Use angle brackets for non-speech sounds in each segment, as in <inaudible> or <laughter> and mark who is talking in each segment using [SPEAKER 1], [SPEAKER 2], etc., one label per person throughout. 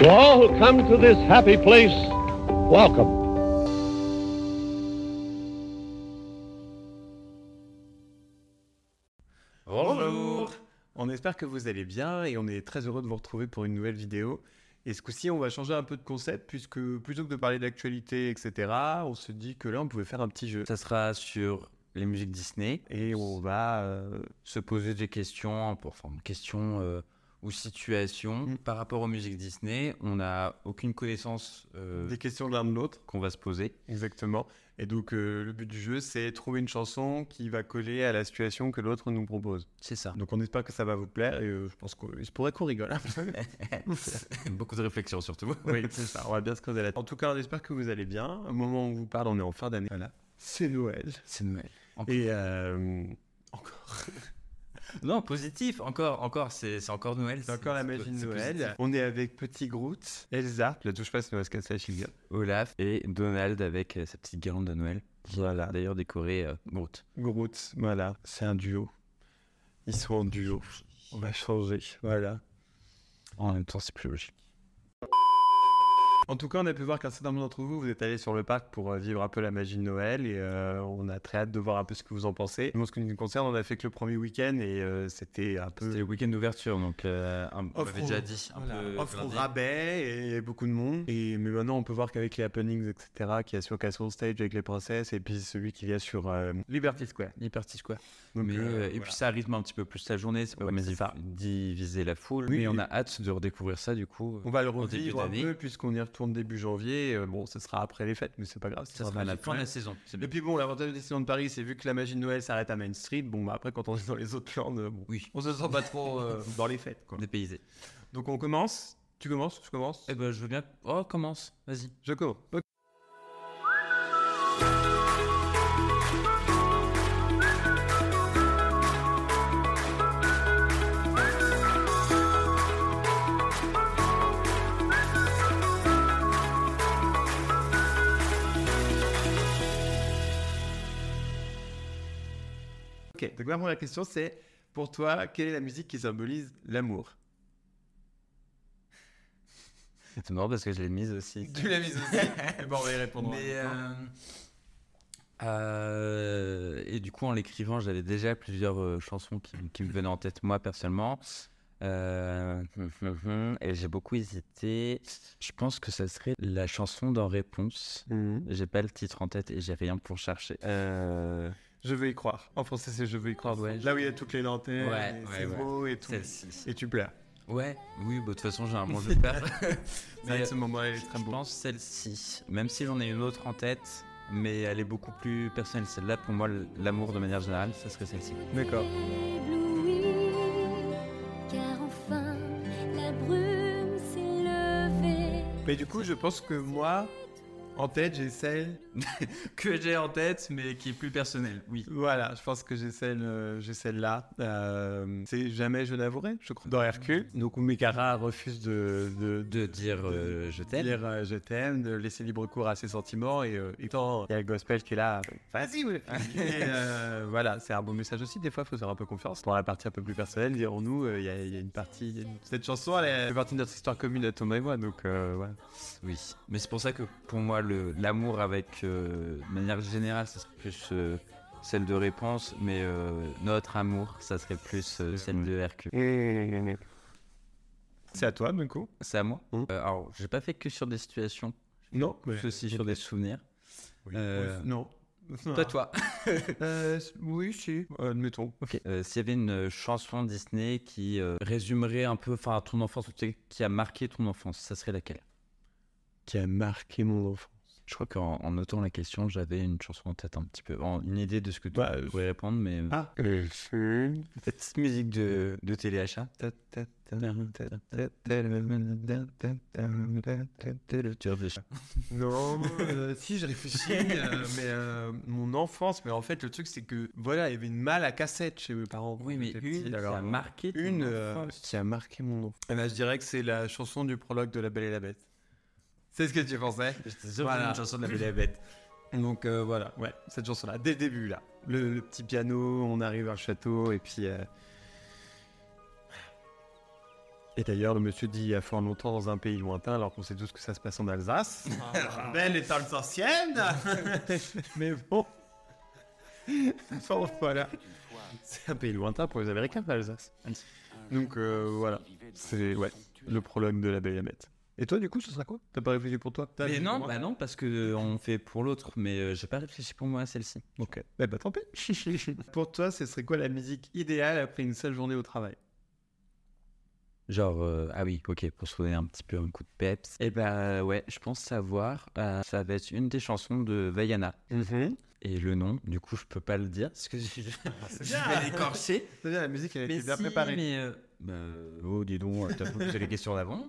[SPEAKER 1] To all who come to this happy place, welcome.
[SPEAKER 2] Bonjour On espère que vous allez bien et on est très heureux de vous retrouver pour une nouvelle vidéo. Et ce coup-ci, on va changer un peu de concept puisque plutôt que de parler d'actualité, etc., on se dit que là, on pouvait faire un petit jeu.
[SPEAKER 3] Ça sera sur les musiques Disney.
[SPEAKER 2] Et on va... euh,
[SPEAKER 3] Se poser des questions, pour, enfin, questions euh, ou situations
[SPEAKER 2] Mm.
[SPEAKER 3] par rapport aux musiques Disney. On n'a aucune connaissance euh,
[SPEAKER 2] des questions de l'un de l'autre.
[SPEAKER 3] qu'on va se poser.
[SPEAKER 2] Exactement. Et donc, euh, le but du jeu, c'est trouver une chanson qui va coller à la situation que l'autre nous propose.
[SPEAKER 3] C'est ça.
[SPEAKER 2] Donc, on espère que ça va vous plaire et euh, je pense qu'il se pourrait qu'on rigole. hein. un peu.
[SPEAKER 3] <laughs> Beaucoup de réflexion surtout.
[SPEAKER 2] <laughs> oui, c'est ça. On va bien se creuser la tête. En tout cas, on espère que vous allez bien. Au moment où on vous parle, on est en fin d'année. Voilà. C'est Noël.
[SPEAKER 3] <laughs> C'est Noël.
[SPEAKER 2] Et euh, encore,
[SPEAKER 3] Non, positif, encore, encore, c'est c'est encore Noël.
[SPEAKER 2] c'est encore la magie de
[SPEAKER 3] c'est
[SPEAKER 2] Noël.
[SPEAKER 3] positif.
[SPEAKER 2] On est avec Petit Groot, Elsa, la touche pas, c'est Noël Scott
[SPEAKER 3] Olaf et Donald avec euh, sa petite guirlande de Noël.
[SPEAKER 2] Voilà.
[SPEAKER 3] D'ailleurs décorée euh, Groot.
[SPEAKER 2] Groot, voilà, c'est un duo. Ils sont en duo. On va changer, voilà.
[SPEAKER 3] En même temps, c'est plus logique.
[SPEAKER 2] En tout cas, on a pu voir qu'un certain nombre d'entre vous, vous êtes allés sur le parc pour euh, vivre un peu la magie de Noël et euh, on a très hâte de voir un peu ce que vous en pensez. Nous, en ce qui nous concerne, on a fait que le premier week-end et euh, c'était un peu
[SPEAKER 3] C'était le week-end d'ouverture, donc euh, un- on
[SPEAKER 2] Offre
[SPEAKER 3] l'avait
[SPEAKER 2] au-
[SPEAKER 3] déjà dit. Un
[SPEAKER 2] Voilà,
[SPEAKER 3] peu
[SPEAKER 2] offre au
[SPEAKER 3] blindé.
[SPEAKER 2] rabais et il y avait beaucoup de monde. Et, mais maintenant, on peut voir qu'avec les happenings, etc., qu'il y a sur Castle Stage avec les princesses et puis celui qu'il y a sur euh, Liberty Square.
[SPEAKER 3] Liberty Square.
[SPEAKER 2] Donc,
[SPEAKER 3] Mais,
[SPEAKER 2] euh,
[SPEAKER 3] euh, et
[SPEAKER 2] voilà.
[SPEAKER 3] puis ça rythme un petit peu plus la journée, c'est
[SPEAKER 2] Ouais,
[SPEAKER 3] pour mais
[SPEAKER 2] c'est
[SPEAKER 3] il
[SPEAKER 2] ça.
[SPEAKER 3] faut diviser la foule.
[SPEAKER 2] Oui,
[SPEAKER 3] mais on
[SPEAKER 2] et-
[SPEAKER 3] a hâte de redécouvrir ça du coup. euh,
[SPEAKER 2] on va le
[SPEAKER 3] début
[SPEAKER 2] revivre un
[SPEAKER 3] d'année.
[SPEAKER 2] peu puisqu'on y retourne début janvier. Euh, bon, ce sera après les fêtes, mais c'est pas grave. ce
[SPEAKER 3] Ça sera à
[SPEAKER 2] bien
[SPEAKER 3] la
[SPEAKER 2] après.
[SPEAKER 3] fin de la saison. c'est
[SPEAKER 2] Et
[SPEAKER 3] bien.
[SPEAKER 2] puis bon, l'avantage des saisons de Paris, c'est vu que la magie de Noël s'arrête à Main Street, bon, bah, après, quand on est dans les autres landes, euh, bon,
[SPEAKER 3] Oui,
[SPEAKER 2] on se sent pas trop euh, <laughs> dans les fêtes. Quoi.
[SPEAKER 3] on est paysé.
[SPEAKER 2] Donc on commence. Tu commences Je commence
[SPEAKER 3] Eh ben je veux bien. Oh, commence, vas-y.
[SPEAKER 2] Je commence. Ok. Ok, donc la première question c'est pour toi, quelle est la musique qui symbolise l'amour
[SPEAKER 3] C'est marrant parce que je l'ai mise <laughs> aussi.
[SPEAKER 2] Tu l'as mise <laughs> aussi Bon, on va y répondre.
[SPEAKER 3] Mais, euh, euh, et du coup, en l'écrivant, j'avais déjà plusieurs euh, chansons qui, qui me venaient en tête, moi, personnellement. Euh, hum, hum, hum, et j'ai beaucoup hésité. Je pense que ça serait la chanson d'en réponse. J'ai pas le titre en tête et j'ai rien pour chercher. Euh,
[SPEAKER 2] Je veux y croire. En français, c'est Je veux y croire.
[SPEAKER 3] Ouais.
[SPEAKER 2] Là où il y a toutes les lanternes,
[SPEAKER 3] Ouais,
[SPEAKER 2] et
[SPEAKER 3] ouais,
[SPEAKER 2] c'est
[SPEAKER 3] ouais.
[SPEAKER 2] beau et tout.
[SPEAKER 3] Celle-ci.
[SPEAKER 2] Et tu pleures.
[SPEAKER 3] Ouais, oui, bah, de toute façon, j'ai un
[SPEAKER 2] <laughs>
[SPEAKER 3] bon jeu de perdre. <laughs>
[SPEAKER 2] C'est vrai
[SPEAKER 3] Mais, euh,
[SPEAKER 2] que ce moment est
[SPEAKER 3] Je
[SPEAKER 2] très beau.
[SPEAKER 3] pense celle-ci, même si j'en ai une autre en tête, mais elle est beaucoup plus personnelle. Celle-là, pour moi, l'amour de manière générale, ça serait celle-ci.
[SPEAKER 2] D'accord.
[SPEAKER 4] Ébloui, car enfin la brume s'est levée.
[SPEAKER 2] Mais du coup, je pense que moi, en tête, j'ai celle.
[SPEAKER 3] Que j'ai en tête, mais qui est plus personnelle, oui.
[SPEAKER 2] Voilà, je pense que j'ai celle, euh, j'ai celle-là. Euh, c'est Jamais je n'avouerai, je crois. Dans Hercule. Donc, Umekara refuse de, de, de
[SPEAKER 3] De dire euh, je t'aime.
[SPEAKER 2] dire euh, je t'aime, de laisser libre cours à ses sentiments. Et euh, et tant, il y a le gospel qui est là. euh, Vas-y, oui. Et, euh, voilà, c'est un beau message aussi. Des fois, il faut faire un peu confiance. Dans la partie un peu plus personnelle, dirons-nous, euh, il y a- il y, a une partie. il y a une- Cette chanson, elle, est- fait partie de notre histoire commune à Thomas et moi. Donc, euh, voilà.
[SPEAKER 3] Oui. Mais c'est pour ça que pour moi, le- l'amour avec, euh, de manière générale, ça serait plus euh, celle de réponse, mais euh, notre amour, ça serait plus euh, celle de Hercule.
[SPEAKER 2] C'est à toi, d'un coup
[SPEAKER 3] C'est à moi
[SPEAKER 2] Mm.
[SPEAKER 3] Euh, Alors, j'ai pas fait que sur des situations,
[SPEAKER 2] Non, mais.
[SPEAKER 3] ceci sur des souvenirs.
[SPEAKER 2] Oui.
[SPEAKER 3] Euh,
[SPEAKER 2] Non. Ah.
[SPEAKER 3] Pas toi.
[SPEAKER 2] Euh, oui, si. Admettons.
[SPEAKER 3] Ok. Euh, S'il y avait une euh, chanson Disney qui euh, résumerait un peu enfin, ton enfance, ou qui- qui a marqué ton enfance, ça serait laquelle
[SPEAKER 2] Qui a marqué mon enfant.
[SPEAKER 3] Je crois qu'en en notant la question, j'avais une chanson en tête un petit peu, en- une idée de ce que tu
[SPEAKER 2] Bah, euh,
[SPEAKER 3] pourrais répondre, mais
[SPEAKER 2] Ah.
[SPEAKER 3] cette petite musique de, de téléachat. Tu as fait ça.
[SPEAKER 2] Non, euh, si, je réfléchis. euh, mais euh, mon enfance, mais en fait, le truc, c'est que voilà, il y avait une malle à cassette chez mes parents.
[SPEAKER 3] Oui,
[SPEAKER 2] quand
[SPEAKER 3] mais
[SPEAKER 2] j'étais petit,
[SPEAKER 3] une qui
[SPEAKER 2] alors,
[SPEAKER 3] a marqué ton
[SPEAKER 2] Une euh,
[SPEAKER 3] enfance.
[SPEAKER 2] qui a marqué mon enfant. Eh ben, je dirais que c'est la chanson du prologue de La Belle et la Bête. C'est ce que tu pensais
[SPEAKER 3] J'étais sûr que
[SPEAKER 2] Voilà.
[SPEAKER 3] c'était une chanson de la Belle et la Bête.
[SPEAKER 2] Donc euh, voilà, ouais, cette chanson-là, dès le début, là. Le, le petit piano, on arrive à un château, et puis. euh, Et d'ailleurs, le monsieur dit il y a fort longtemps dans un pays lointain, alors qu'on sait tous que ça se passe en Alsace.
[SPEAKER 3] Ah.
[SPEAKER 2] <laughs>
[SPEAKER 5] Belle est alsacienne
[SPEAKER 2] Mais bon. voilà. C'est un pays lointain pour les Américains, l'Alsace. Donc euh, voilà. C'est ouais, le prologue de la Belle et la Bête. Et toi, du coup, ce sera quoi T'as pas réfléchi pour toi T'as
[SPEAKER 3] Mais
[SPEAKER 2] dit pour
[SPEAKER 3] non,
[SPEAKER 2] moi
[SPEAKER 3] bah non, parce que on fait pour l'autre, mais euh, j'ai pas réfléchi pour moi à celle-ci.
[SPEAKER 2] Ok. Bah, bah tant pis. <laughs> pour toi, ce serait quoi la musique idéale après une seule journée au travail
[SPEAKER 3] Genre, euh, ah oui, ok, pour se donner un petit peu un coup de peps. Et ben ouais, je pense savoir, euh, ça va être une des chansons de Vaiana. Et le nom, du coup, je peux pas le dire, parce que je, je vais l'écorcher.
[SPEAKER 2] C'est-à-dire la musique, elle a été bien
[SPEAKER 3] si,
[SPEAKER 2] préparée.
[SPEAKER 3] mais, euh, bah, oh, dis donc, euh, t'as pas posé les questions d'avant.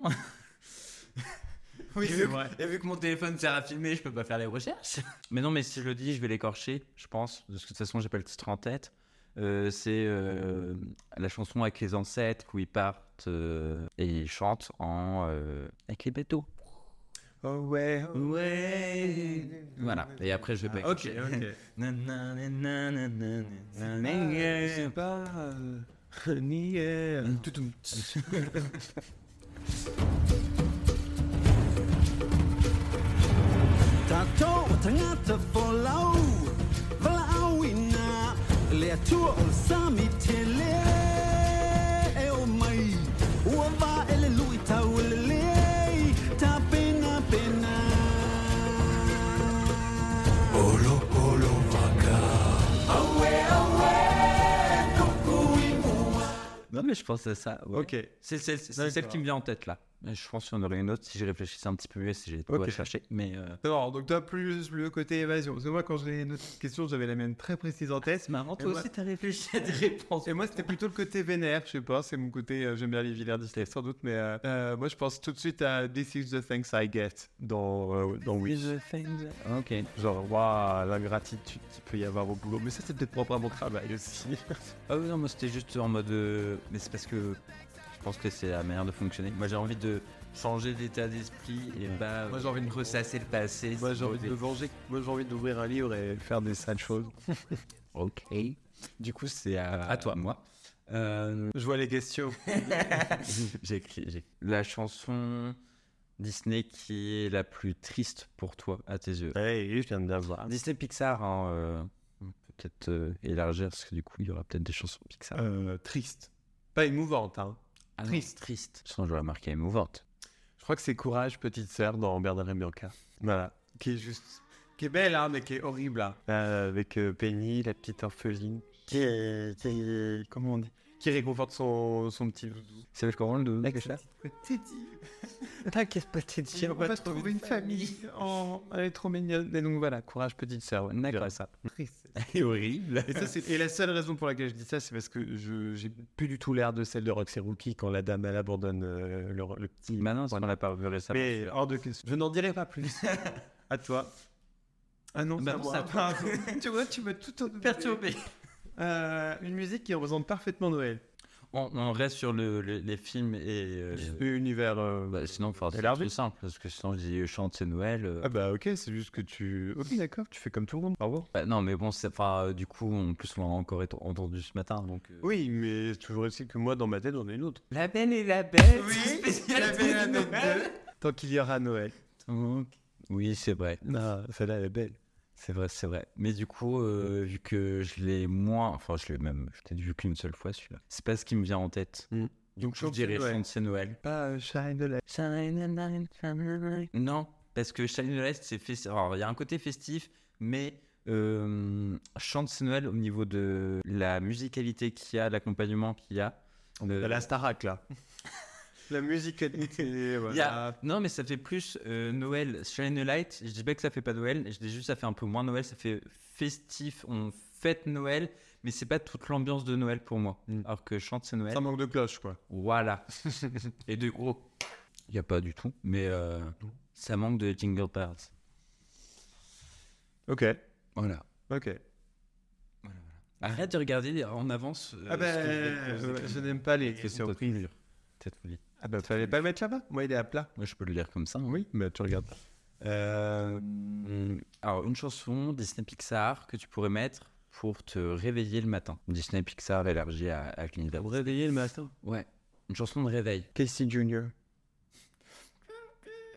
[SPEAKER 5] Oui,
[SPEAKER 3] Et
[SPEAKER 5] c'est
[SPEAKER 3] vu que-
[SPEAKER 5] vrai.
[SPEAKER 3] Et vu que mon téléphone sert à filmer, je peux pas faire les recherches. Mais non, mais si je le dis, je vais l'écorcher, je pense. De toute façon, j'ai pas le titre en tête. Euh, c'est euh, la chanson avec les ancêtres où ils partent euh, et ils chantent en euh, avec les bateaux.
[SPEAKER 2] Oh ouais. Ah,
[SPEAKER 3] Ouais. Voilà. Et après, je vais pas.
[SPEAKER 2] Ok,
[SPEAKER 3] écorcher. <laughs>
[SPEAKER 2] ok.
[SPEAKER 3] Nanananananananana.
[SPEAKER 2] pas. euh, <laughs> ni, euh, toutoum.
[SPEAKER 6] Tantôt, tangata volau, valauina, le tua o sami te le e o mai, ua va e le lui tau e le lei, ta pena pena. Olo, olo, vaka, awe, awe, kukui mua.
[SPEAKER 3] Non, mais je pense à ça. ouais.
[SPEAKER 2] Ok.
[SPEAKER 3] C'est celle, c'est
[SPEAKER 2] D'accord.
[SPEAKER 3] celle qui me vient en tête là. Mais Je pense qu'il y en aurait une autre si j'y réfléchissais un petit peu mieux, si j'étais
[SPEAKER 2] Ok.
[SPEAKER 3] à chercher. Mais euh,
[SPEAKER 2] D'accord, donc toi, plus le côté évasion. Parce que moi, quand j'ai une autre question, j'avais la mienne très précise en tête.
[SPEAKER 3] c'est marrant,
[SPEAKER 2] toi aussi,
[SPEAKER 3] t'as réfléchi à des réponses.
[SPEAKER 2] Et moi, c'était plutôt le côté vénère, je sais pas, c'est mon côté, euh, j'aime bien les vilains Disney, sans doute, mais euh, euh, moi, je pense tout de suite à This is the thanks I get dans, euh, dans Wish.
[SPEAKER 3] Ok.
[SPEAKER 2] Genre, waouh, la gratitude qu'il peut y avoir au boulot. Mais ça, c'est peut-être propre à mon travail aussi.
[SPEAKER 3] Ah oui, non, moi c'était juste en mode. euh, Mais c'est parce que je pense que c'est la manière de fonctionner. Moi j'ai envie de changer d'état d'esprit et pas.
[SPEAKER 2] Moi, j'ai envie de-
[SPEAKER 3] ressasser le passé.
[SPEAKER 2] <laughs> moi,
[SPEAKER 3] c'est
[SPEAKER 2] j'ai envie de me
[SPEAKER 3] mauvais.
[SPEAKER 2] venger. Moi, j'ai envie d'ouvrir un livre et faire des sales choses.
[SPEAKER 3] Ok. Du coup, c'est à... à toi, moi. Euh,
[SPEAKER 2] Je vois les questions.
[SPEAKER 3] <laughs> j'ai écrit j'ai- la chanson Disney qui est la plus triste pour toi à tes yeux.
[SPEAKER 2] Hey, je viens de la voir.
[SPEAKER 3] Ah, Disney Pixar, hein, euh, on peut peut-être euh, élargir parce que du coup il y aura peut-être des chansons Pixar.
[SPEAKER 2] Euh, triste. Pas émouvante, hein.
[SPEAKER 3] Ah non,
[SPEAKER 2] triste.
[SPEAKER 3] triste. Sinon j'aurais marqué émouvante.
[SPEAKER 2] Je crois que c'est Courage, petite sœur dans Bernard et Bianca. Voilà. Qui est juste. Qui est belle, hein, mais qui est horrible. hein. Euh, avec euh, Penny, la petite orpheline. Qui est. qui est- comment on dit Qui réconforte son, son petit doudou.
[SPEAKER 3] C'est le courant de
[SPEAKER 2] T'inquiète pas, t'es dit. On va trouver une famille. Oh, elle est trop mignonne. Et donc voilà, Courage, petite sœur. Ouais,
[SPEAKER 3] D'accord. <laughs>
[SPEAKER 2] dirais ça.
[SPEAKER 3] C'est horrible.
[SPEAKER 2] Et, ça, c'est- et la seule raison pour laquelle je dis ça, c'est parce que je j'ai plus du tout l'air de celle de Roxy Rookie quand la dame elle abandonne euh, le, le petit.
[SPEAKER 3] Maintenant, on l'a pas vu récemment.
[SPEAKER 2] Mais hors de question. Je n'en dirai pas plus. <laughs> à toi. Ah non,
[SPEAKER 3] Bah
[SPEAKER 2] c'est à
[SPEAKER 3] non,
[SPEAKER 2] moi.
[SPEAKER 3] c'est à toi.
[SPEAKER 2] <laughs> tu vois, tu me tout Euh, une musique qui représente parfaitement Noël.
[SPEAKER 3] On, on reste sur le- le- les films et. euh,
[SPEAKER 2] Univers. euh,
[SPEAKER 3] bah, sinon, faut
[SPEAKER 2] Et
[SPEAKER 3] c'est
[SPEAKER 2] l'arbitre
[SPEAKER 3] plus simple parce que sinon, je dis euh, chante c'est Noël. euh.
[SPEAKER 2] Ah bah ok, c'est juste que tu. Ok, d'accord, tu fais comme tout le monde. Bravo.
[SPEAKER 3] Bah, non, mais bon, c'est enfin, euh, du coup, en plus, on l'a encore ét- entendu ce matin, donc. euh.
[SPEAKER 2] Oui, mais toujours est que moi, dans ma tête, on a une autre.
[SPEAKER 3] La belle et la bête.
[SPEAKER 5] la Belle et la Bête
[SPEAKER 2] Tant qu'il y aura Noël.
[SPEAKER 3] Donc, Oui, c'est vrai.
[SPEAKER 2] Non, celle-là, elle est belle.
[SPEAKER 3] C'est vrai, c'est vrai. Mais du coup, euh, vu que je l'ai moins, enfin, je l'ai même, je l'ai vu qu'une seule fois celui-là. C'est pas ce qui me vient en tête.
[SPEAKER 2] Mm.
[SPEAKER 3] Donc, je
[SPEAKER 2] Chante, c'est
[SPEAKER 3] dirais
[SPEAKER 2] Noël.
[SPEAKER 3] chante c'est Noël.
[SPEAKER 2] Pas euh, Shine the Light.
[SPEAKER 3] Non, parce que Shine the Light, c'est festif. Alors, il y a un côté festif, mais euh, chante c'est Noël au niveau de la musicalité qu'il y a, de l'accompagnement qu'il y a. Euh,
[SPEAKER 2] De la Starac, là. la musique. et voilà.
[SPEAKER 3] Il y a- Non, mais ça fait plus euh, Noël. Shine the Light, je dis pas que ça fait pas Noël, je dis juste que ça fait un peu moins Noël, ça fait festif, on fête Noël, mais c'est pas toute l'ambiance de Noël pour moi.
[SPEAKER 2] Mm.
[SPEAKER 3] Alors que chante c'est Noël.
[SPEAKER 2] Ça manque de cloche, quoi.
[SPEAKER 3] Voilà. <laughs> Et de gros. Il n'y a pas du tout, mais euh, ça manque de jingle bells.
[SPEAKER 2] Ok,
[SPEAKER 3] Voilà.
[SPEAKER 2] ok.
[SPEAKER 3] Arrête de regarder en avance. euh,
[SPEAKER 2] Ah bah,
[SPEAKER 3] ce que je vais te
[SPEAKER 2] Euh, je
[SPEAKER 3] poser.
[SPEAKER 2] n'aime pas les
[SPEAKER 3] T'as
[SPEAKER 2] questions
[SPEAKER 3] tout
[SPEAKER 2] prises.
[SPEAKER 3] lu. T'as tout lu.
[SPEAKER 2] Ah bah fallait pas le mettre là-bas. Moi il est à plat.
[SPEAKER 3] Moi, je peux le lire comme ça. hein.
[SPEAKER 2] mais tu regardes.
[SPEAKER 3] Euh, alors, une chanson Disney Pixar que tu pourrais mettre pour te réveiller le matin. Disney Pixar, l'élargie à, à Clint Eastwood.
[SPEAKER 2] réveiller le matin.
[SPEAKER 3] Ouais. Une chanson de réveil.
[SPEAKER 2] Casey Jr.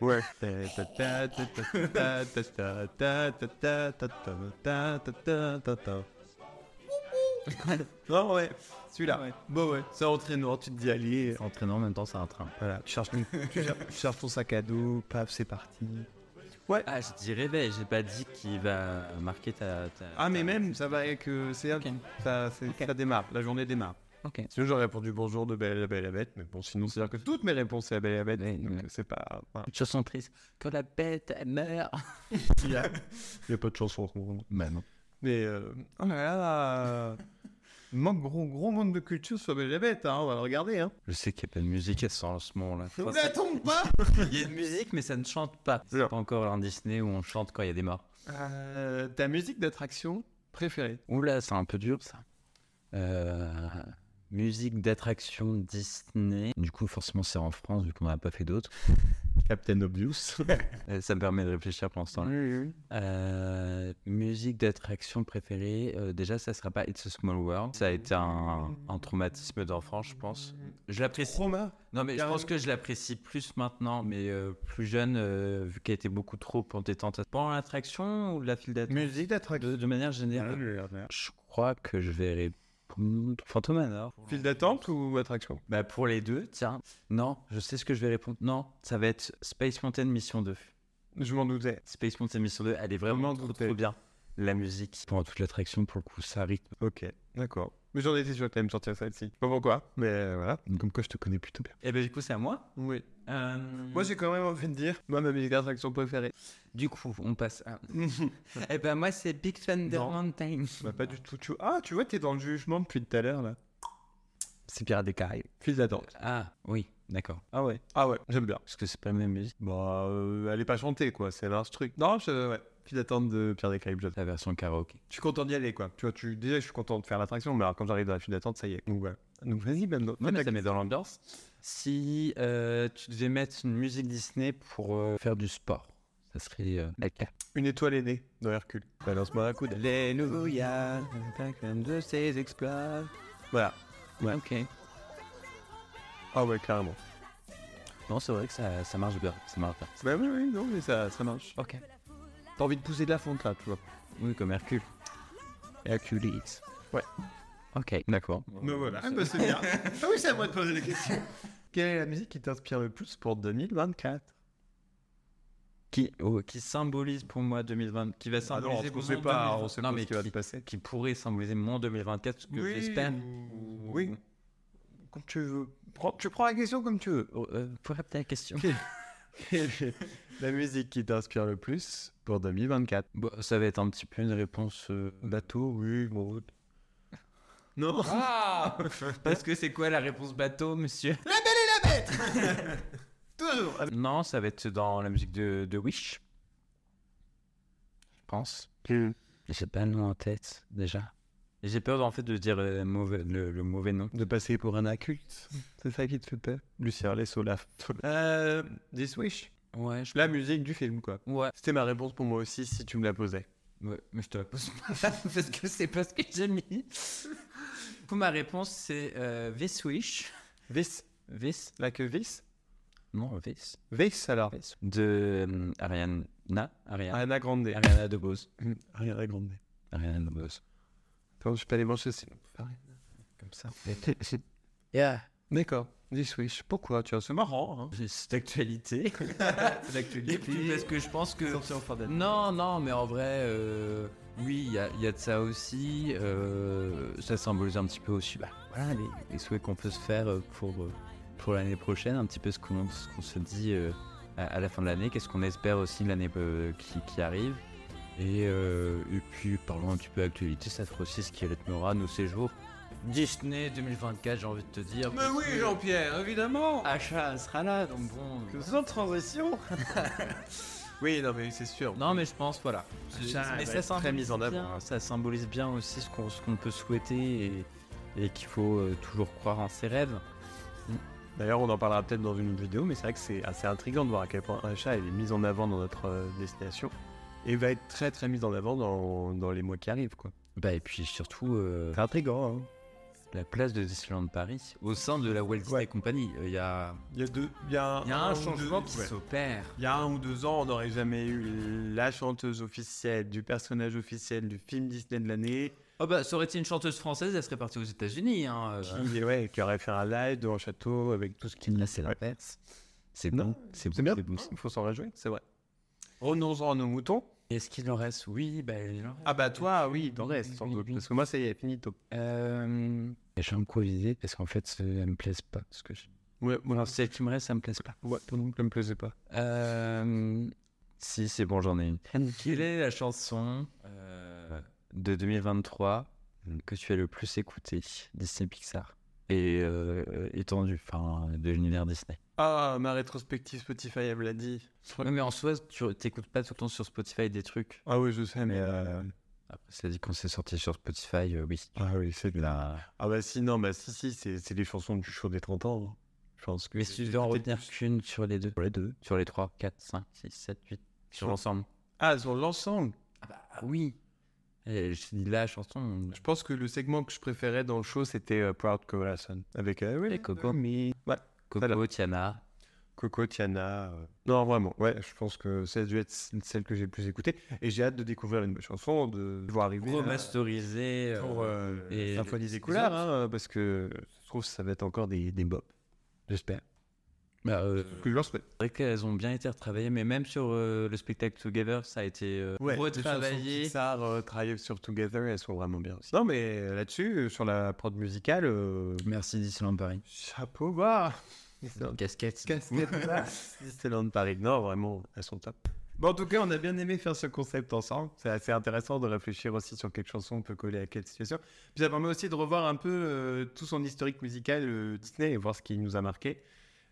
[SPEAKER 2] <laughs> Ouais. <laughs> Non, ouais, celui-là. Bon, ouais, c'est entraînant, tu te dis allez. euh,
[SPEAKER 3] Entraînant en même temps, c'est un train.
[SPEAKER 2] Voilà, tu cherches, <laughs> tu cherches- tu cherches ton sac à dos, paf, c'est parti. Ouais.
[SPEAKER 3] Ah, j'ai dit réveil, j'ai pas dit qu'il va marquer ta. ta-
[SPEAKER 2] Ah, mais
[SPEAKER 3] ta-
[SPEAKER 2] même, ça va avec. euh, c'est un- ça, c'est- ça démarre, la journée démarre.
[SPEAKER 3] Ok.
[SPEAKER 2] Sinon, j'aurais répondu bonjour de Belle et la Belle et la Bête, mais bon, sinon, c'est-à-dire que toutes mes réponses, c'est la Belle et la Bête,
[SPEAKER 3] Ouais,
[SPEAKER 2] donc
[SPEAKER 3] ouais.
[SPEAKER 2] c'est pas. hein. voilà.
[SPEAKER 3] Une chanson triste. Quand la bête elle meurt.
[SPEAKER 2] Il n'y a, il y a pas de chanson en ce moment.
[SPEAKER 3] Bah non.
[SPEAKER 2] Mais euh, oh là là, là, euh, manque gros gros manque de culture sur Belle et la Bête, hein, on va le regarder. Hein.
[SPEAKER 3] Je sais qu'il n'y a pas de musique à ce lancement là.
[SPEAKER 5] Ne la tombe pas
[SPEAKER 3] Il y a de musique, mais ça ne chante pas. C'est
[SPEAKER 2] Non.
[SPEAKER 3] pas encore un Disney où on chante quand il y a des morts.
[SPEAKER 2] Euh, ta musique d'attraction préférée
[SPEAKER 3] Oula, c'est un peu dur ça. Euh, musique d'attraction Disney. Du coup, forcément, c'est en France vu qu'on n'a pas fait d'autres.
[SPEAKER 2] Captain Obvious. <laughs>
[SPEAKER 3] Euh, Ça me permet de réfléchir pour l'instant. Euh, musique d'attraction préférée. euh, déjà, ça sera pas It's a Small World. Ça a été un, un traumatisme d'enfant, je pense. Je l'apprécie.
[SPEAKER 2] Roma.
[SPEAKER 3] Non, mais je
[SPEAKER 2] Carrément.
[SPEAKER 3] pense que je l'apprécie plus maintenant, mais euh, plus jeune, euh, vu qu'elle était beaucoup trop entêtante. Pendant l'attraction ou la file d'attente
[SPEAKER 2] Musique d'attraction.
[SPEAKER 3] de, de manière
[SPEAKER 2] Ah,
[SPEAKER 3] générale, je crois que je vais répondre Phantom Manor.
[SPEAKER 2] File d'attente ou attraction
[SPEAKER 3] Bah pour les deux, tiens. Non, je sais ce que je vais répondre. Non, ça va être Space Mountain Mission 2.
[SPEAKER 2] Je m'en doutais.
[SPEAKER 3] Space Mountain Mission 2, elle est vraiment
[SPEAKER 2] Comment
[SPEAKER 3] trop,
[SPEAKER 2] douter
[SPEAKER 3] trop bien. La musique pendant toute l'attraction, pour le coup, ça rythme.
[SPEAKER 2] Ok, d'accord. Mais j'en étais sûr que t'allais me sortir celle-ci. Je sais Pas pourquoi, mais euh, voilà. Comme quoi, je te connais plutôt bien.
[SPEAKER 3] Et ben du coup, c'est à moi.
[SPEAKER 2] Oui.
[SPEAKER 3] Euh,
[SPEAKER 2] Moi, j'ai quand même envie de dire, moi, ma musique d'attraction préférée.
[SPEAKER 3] du coup, on passe.
[SPEAKER 2] <laughs>
[SPEAKER 3] À... Et ben moi, c'est Big Thunder
[SPEAKER 2] Non.
[SPEAKER 3] Mountain.
[SPEAKER 2] Bah, pas du tout. Tu... Ah, tu vois, t'es dans le jugement depuis tout à l'heure, là.
[SPEAKER 3] C'est Pirates des Caraïbes.
[SPEAKER 2] File d'attente.
[SPEAKER 3] Ah oui, d'accord.
[SPEAKER 2] Ah ouais. Ah ouais, j'aime bien.
[SPEAKER 3] Parce que c'est pas la même musique.
[SPEAKER 2] Bah, euh, elle est pas chantée, quoi. C'est un truc. Non, je... euh, ouais. File d'attente de Pierre des Caraïbes, j'adore.
[SPEAKER 3] La version karaoké.
[SPEAKER 2] Je suis content d'y aller, quoi. Tu vois, tu... déjà, je suis content de faire l'attraction, mais alors, quand j'arrive dans la file d'attente, ça y est. Donc, ouais. Donc, vas-y, même. dans-
[SPEAKER 3] Ouais,
[SPEAKER 2] fais
[SPEAKER 3] mais
[SPEAKER 2] ta-
[SPEAKER 3] ça met dans l'ambiance. Si euh, tu devais mettre une musique Disney pour euh, faire du sport, ça serait euh,
[SPEAKER 2] Une étoile est née dans Hercule. Balance-moi un coup de. Alléluia, chacun de ses exploits. Voilà. Ouais.
[SPEAKER 3] Ok.
[SPEAKER 2] Ah ouais, carrément.
[SPEAKER 3] Non, c'est vrai que ça, ça marche bien. Ça marche bien.
[SPEAKER 2] Bah oui, oui, non, mais ça, ça marche.
[SPEAKER 3] Ok.
[SPEAKER 2] T'as envie de pousser de la fonte là, tu vois.
[SPEAKER 3] Oui, comme Hercule. Hercules.
[SPEAKER 2] Ouais.
[SPEAKER 3] Ok, d'accord.
[SPEAKER 5] Mais voilà, ah, bah, c'est
[SPEAKER 2] <laughs>
[SPEAKER 5] bien. Ah oui, c'est à moi de poser la question.
[SPEAKER 2] Quelle est la musique qui t'inspire le plus pour 2024
[SPEAKER 3] Qui, oh, qui symbolise pour moi 2020, qui va
[SPEAKER 2] Ah
[SPEAKER 3] symboliser pour moi 2020. Non, mais qui,
[SPEAKER 2] passer.
[SPEAKER 3] qui pourrait symboliser mon 2024, ce que
[SPEAKER 2] Oui,
[SPEAKER 3] j'espère.
[SPEAKER 2] ou- oui. Comme tu veux. Prends- tu prends la question comme tu veux.
[SPEAKER 3] Oh, euh, pour répéter la question.
[SPEAKER 2] la musique qui t'inspire le plus pour 2024
[SPEAKER 3] Bon, Bah, ça va être un petit peu une réponse. euh,
[SPEAKER 2] Bateau, oui, bon. Non
[SPEAKER 3] Ah <laughs> Parce que c'est quoi la réponse bateau, monsieur
[SPEAKER 5] Toujours.
[SPEAKER 3] Non, ça va être dans la musique de, de Wish. Je pense. J'ai pas le nom en tête, déjà. Et J'ai peur, en fait, de dire le mauvais, le, le mauvais nom.
[SPEAKER 2] De passer pour un inculte. C'est ça qui te fait peur Lucien, les Olaf. Euh, This Wish.
[SPEAKER 3] Ouais, je...
[SPEAKER 2] La musique du film, quoi.
[SPEAKER 3] Ouais.
[SPEAKER 2] C'était ma réponse pour moi aussi si tu me la posais.
[SPEAKER 3] ouais, mais je te la pose pas, <laughs> parce que c'est pas ce que j'ai mis. Du coup, ma réponse, c'est euh, This Wish.
[SPEAKER 2] Vis.
[SPEAKER 3] This
[SPEAKER 2] La queue vis
[SPEAKER 3] Non, This.
[SPEAKER 2] Vis alors.
[SPEAKER 3] This. De euh, Ariana. Ariana.
[SPEAKER 2] Ariana Grande.
[SPEAKER 3] Ariana DeBose.
[SPEAKER 2] Mm, Ariana Grande.
[SPEAKER 3] Ariana DeBose.
[SPEAKER 2] Attends, je peux aller manger aussi.
[SPEAKER 3] Comme ça. yeah.
[SPEAKER 2] D'accord. This Wish. Pourquoi Tu vois, c'est marrant. Hein.
[SPEAKER 3] C'est <laughs> d'actualité.
[SPEAKER 2] C'est
[SPEAKER 3] Et puis parce que je pense que. Non, non, mais en vrai, euh, oui, il y a, il y a de ça aussi. euh, ça symbolise un petit peu aussi bah, voilà, les, les souhaits qu'on peut se faire euh, pour, euh, pour l'année prochaine, un petit peu ce qu'on ce qu'on se dit euh, à, à la fin de l'année, qu'est-ce qu'on espère aussi de l'année euh, qui, qui arrive. Et, euh, et puis, parlons un petit peu actualité, ça sera aussi ce qui rythmera nos séjours. Disney 2024, j'ai envie de te dire.
[SPEAKER 5] Mais
[SPEAKER 3] parce
[SPEAKER 5] Euh, oui,
[SPEAKER 3] que
[SPEAKER 5] Jean-Pierre, évidemment.
[SPEAKER 3] Achat sera là, donc bon. euh,
[SPEAKER 2] Sans transition Oui, non, mais c'est sûr.
[SPEAKER 3] Non, mais je pense, voilà.
[SPEAKER 5] Ça va
[SPEAKER 3] mais
[SPEAKER 5] être
[SPEAKER 3] ça
[SPEAKER 2] très
[SPEAKER 3] symbolise
[SPEAKER 2] mis en avant,
[SPEAKER 3] bien,
[SPEAKER 2] hein.
[SPEAKER 3] Ça symbolise bien aussi ce qu'on ce qu'on peut souhaiter et, et qu'il faut euh, toujours croire en ses rêves.
[SPEAKER 2] D'ailleurs, on en parlera peut-être dans une autre vidéo, mais c'est vrai que c'est assez intriguant de voir à quel point un chat est mise en avant dans notre euh, destination et va être très très mise en avant dans, dans les mois qui arrivent. quoi.
[SPEAKER 3] Bah, et puis surtout, euh,
[SPEAKER 2] C'est intriguant. Hein.
[SPEAKER 3] la place de Disneyland Paris au sein de la Walt Disney
[SPEAKER 2] Ouais.
[SPEAKER 3] Company. Euh, Il y, a,
[SPEAKER 2] Il y a deux. Il y a un,
[SPEAKER 3] il y a un
[SPEAKER 2] ou deux-
[SPEAKER 3] changement qui
[SPEAKER 2] ouais.
[SPEAKER 3] s'opère.
[SPEAKER 2] Il y a un ou deux ans, on n'aurait jamais eu la chanteuse officielle, du personnage officiel, du film Disney de l'année,
[SPEAKER 3] Oh bah, ça aurait été une chanteuse française, elle serait partie aux États-Unis. Hein.
[SPEAKER 2] qui, euh, ouais, qui aurait fait un live devant un château avec tout ce qu'il
[SPEAKER 3] Là, c'est
[SPEAKER 2] la
[SPEAKER 3] l'inverse. C'est
[SPEAKER 2] Non,
[SPEAKER 3] bon, c'est bon,
[SPEAKER 2] C'est bien,
[SPEAKER 3] c'est bon.
[SPEAKER 2] il faut s'en réjouir, c'est vrai. Renonçons à nos moutons.
[SPEAKER 3] Est-ce qu'il en reste Oui, bah, il en reste.
[SPEAKER 2] Ah bah toi, oui, t'en
[SPEAKER 3] Oui,
[SPEAKER 2] restes,
[SPEAKER 3] oui,
[SPEAKER 2] sans
[SPEAKER 3] oui,
[SPEAKER 2] doute.
[SPEAKER 3] oui.
[SPEAKER 2] Parce que moi, ça y est, finito.
[SPEAKER 3] Euh... Je vais improviser parce qu'en fait, ça ne me plaise pas. Ce que je...
[SPEAKER 2] Ouais,
[SPEAKER 3] Alors, celle qui me reste, ça me plaise pas.
[SPEAKER 2] ouais, ton oncle me plaisait pas.
[SPEAKER 3] Euh... Si, c'est bon, j'en ai une. Quelle est la chanson euh, de 2023 que tu as le plus écoutée Disney Pixar et euh, étendue, enfin, de l'univers Disney
[SPEAKER 2] Ah, ma rétrospective Spotify, elle me l'a dit.
[SPEAKER 3] Non, mais en soi, tu t'écoutes pas tout le temps sur Spotify des trucs.
[SPEAKER 2] Ah oui, je sais, mais...
[SPEAKER 3] Mais, euh, Après, ça dit qu'on s'est sorti sur Spotify, euh, oui.
[SPEAKER 2] Ah oui, c'est bien.
[SPEAKER 3] Là...
[SPEAKER 2] Ah bah si, non, bah si, si, c'est c'est les chansons du show des 30 ans. hein. Je pense que...
[SPEAKER 3] Mais si tu dois en
[SPEAKER 2] peut-être
[SPEAKER 3] retenir
[SPEAKER 2] plus.
[SPEAKER 3] qu'une sur les deux. Sur les deux. Sur les trois, quatre, cinq, six, sept, huit. Sur l'ensemble.
[SPEAKER 2] Ah, sur l'ensemble
[SPEAKER 3] Ah bah oui. Et je te dis la chanson.
[SPEAKER 2] Je pense que le segment que je préférais dans le show, c'était euh, Proud Corazon. Avec euh, Really
[SPEAKER 3] Coco.
[SPEAKER 2] Love Me. Ouais.
[SPEAKER 3] Coco,
[SPEAKER 2] Voilà.
[SPEAKER 3] Tiana.
[SPEAKER 2] Coco, Tiana. euh. Non, vraiment, ouais, je pense que ça a dû être c- celle que j'ai le plus écoutée. Et j'ai hâte de découvrir une chanson, de voir arriver. euh, à-
[SPEAKER 3] Remasterisé.
[SPEAKER 2] Eh pour euh,
[SPEAKER 3] et-
[SPEAKER 2] symphonie des
[SPEAKER 3] les
[SPEAKER 2] couleurs,
[SPEAKER 3] autres.
[SPEAKER 2] hein, parce que je trouve que ça va être encore des, des bops. J'espère.
[SPEAKER 3] Bah, euh,
[SPEAKER 2] Que je leur souhaite.
[SPEAKER 3] c'est vrai qu'elles ont bien été retravaillées, mais même sur euh, le spectacle Together, ça a été euh,
[SPEAKER 2] Les
[SPEAKER 3] retravaillé.
[SPEAKER 2] Pixar, euh, Triumph sur Together, elles sont vraiment bien aussi. Non, mais là-dessus, euh, sur la prod musicale, euh,
[SPEAKER 3] Merci Disneyland Paris.
[SPEAKER 2] chapeau bas <laughs>
[SPEAKER 3] Casquette.
[SPEAKER 2] Disneyland Paris. Non, vraiment, elles sont top. Bon, en tout cas, on a bien aimé faire ce concept ensemble. C'est assez intéressant de réfléchir aussi sur quelle chanson on peut coller à quelle situation. Puis ça permet aussi de revoir un peu euh, tout son historique musical euh, Disney et voir ce qui nous a marqué.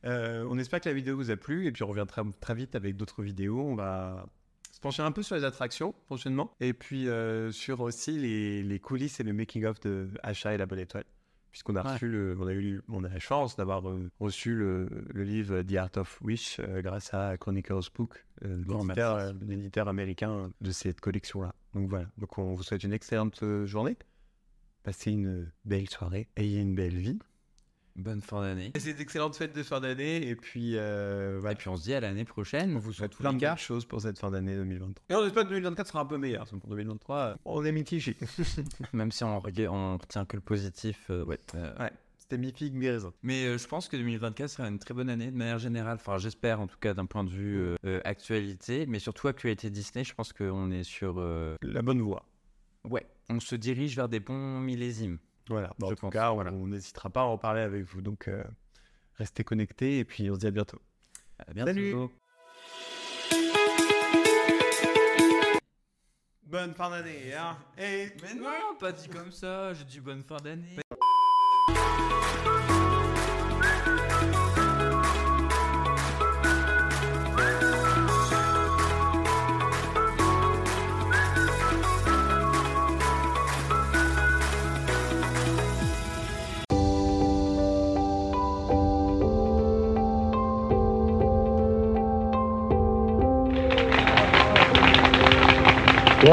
[SPEAKER 2] Euh, on espère que la vidéo vous a plu et puis on revient très, très vite avec d'autres vidéos. On va se pencher un peu sur les attractions prochainement et puis euh, sur aussi les, les coulisses et le making-of de Achat et la Bonne Étoile. Puisqu'on a,
[SPEAKER 3] Ouais.
[SPEAKER 2] reçu le- on a eu on a la chance d'avoir euh, reçu le, le livre The Art of Wish euh, grâce à Chronicles Book, euh,
[SPEAKER 3] Grand
[SPEAKER 2] l'éditeur,
[SPEAKER 3] merci.
[SPEAKER 2] euh, l'éditeur américain de cette collection-là. Donc voilà, Donc on vous souhaite une excellente euh, journée. Passez une belle soirée, ayez une belle vie.
[SPEAKER 3] Bonne fin d'année.
[SPEAKER 2] Passez d'excellentes fêtes de fin d'année et puis euh,
[SPEAKER 3] Et
[SPEAKER 2] voilà.
[SPEAKER 3] puis on se dit à l'année prochaine.
[SPEAKER 2] On vous souhaite plein de
[SPEAKER 3] gars.
[SPEAKER 2] belles choses pour cette fin d'année 2023. Et on espère que 2024 sera un peu meilleur. parce que Pour 2023, euh, on est mitigé. <laughs>
[SPEAKER 3] Même si on, rega- on retient que le positif. euh, ouais. euh,
[SPEAKER 2] Ouais. C'était mi figue, mi raisin.
[SPEAKER 3] Mais euh, je pense que 2024 sera une très bonne année de manière générale. Enfin, j'espère en tout cas d'un point de vue euh, euh, actualité, mais surtout actualité Disney. Je pense qu'on est sur. euh,
[SPEAKER 2] La bonne voie.
[SPEAKER 3] Ouais, on se dirige vers des bons millésimes.
[SPEAKER 2] Voilà.
[SPEAKER 3] Bon,
[SPEAKER 2] en
[SPEAKER 3] je
[SPEAKER 2] tout
[SPEAKER 3] pense,
[SPEAKER 2] cas, on-
[SPEAKER 3] voilà.
[SPEAKER 2] on n'hésitera pas à en parler avec vous. Donc, euh, restez connectés et puis on se dit à bientôt.
[SPEAKER 3] À bientôt.
[SPEAKER 2] Salut.
[SPEAKER 5] Bonne fin d'année, hein. Et
[SPEAKER 3] Mais non, pas dit comme ça. J'ai dit bonne fin d'année.
[SPEAKER 1] To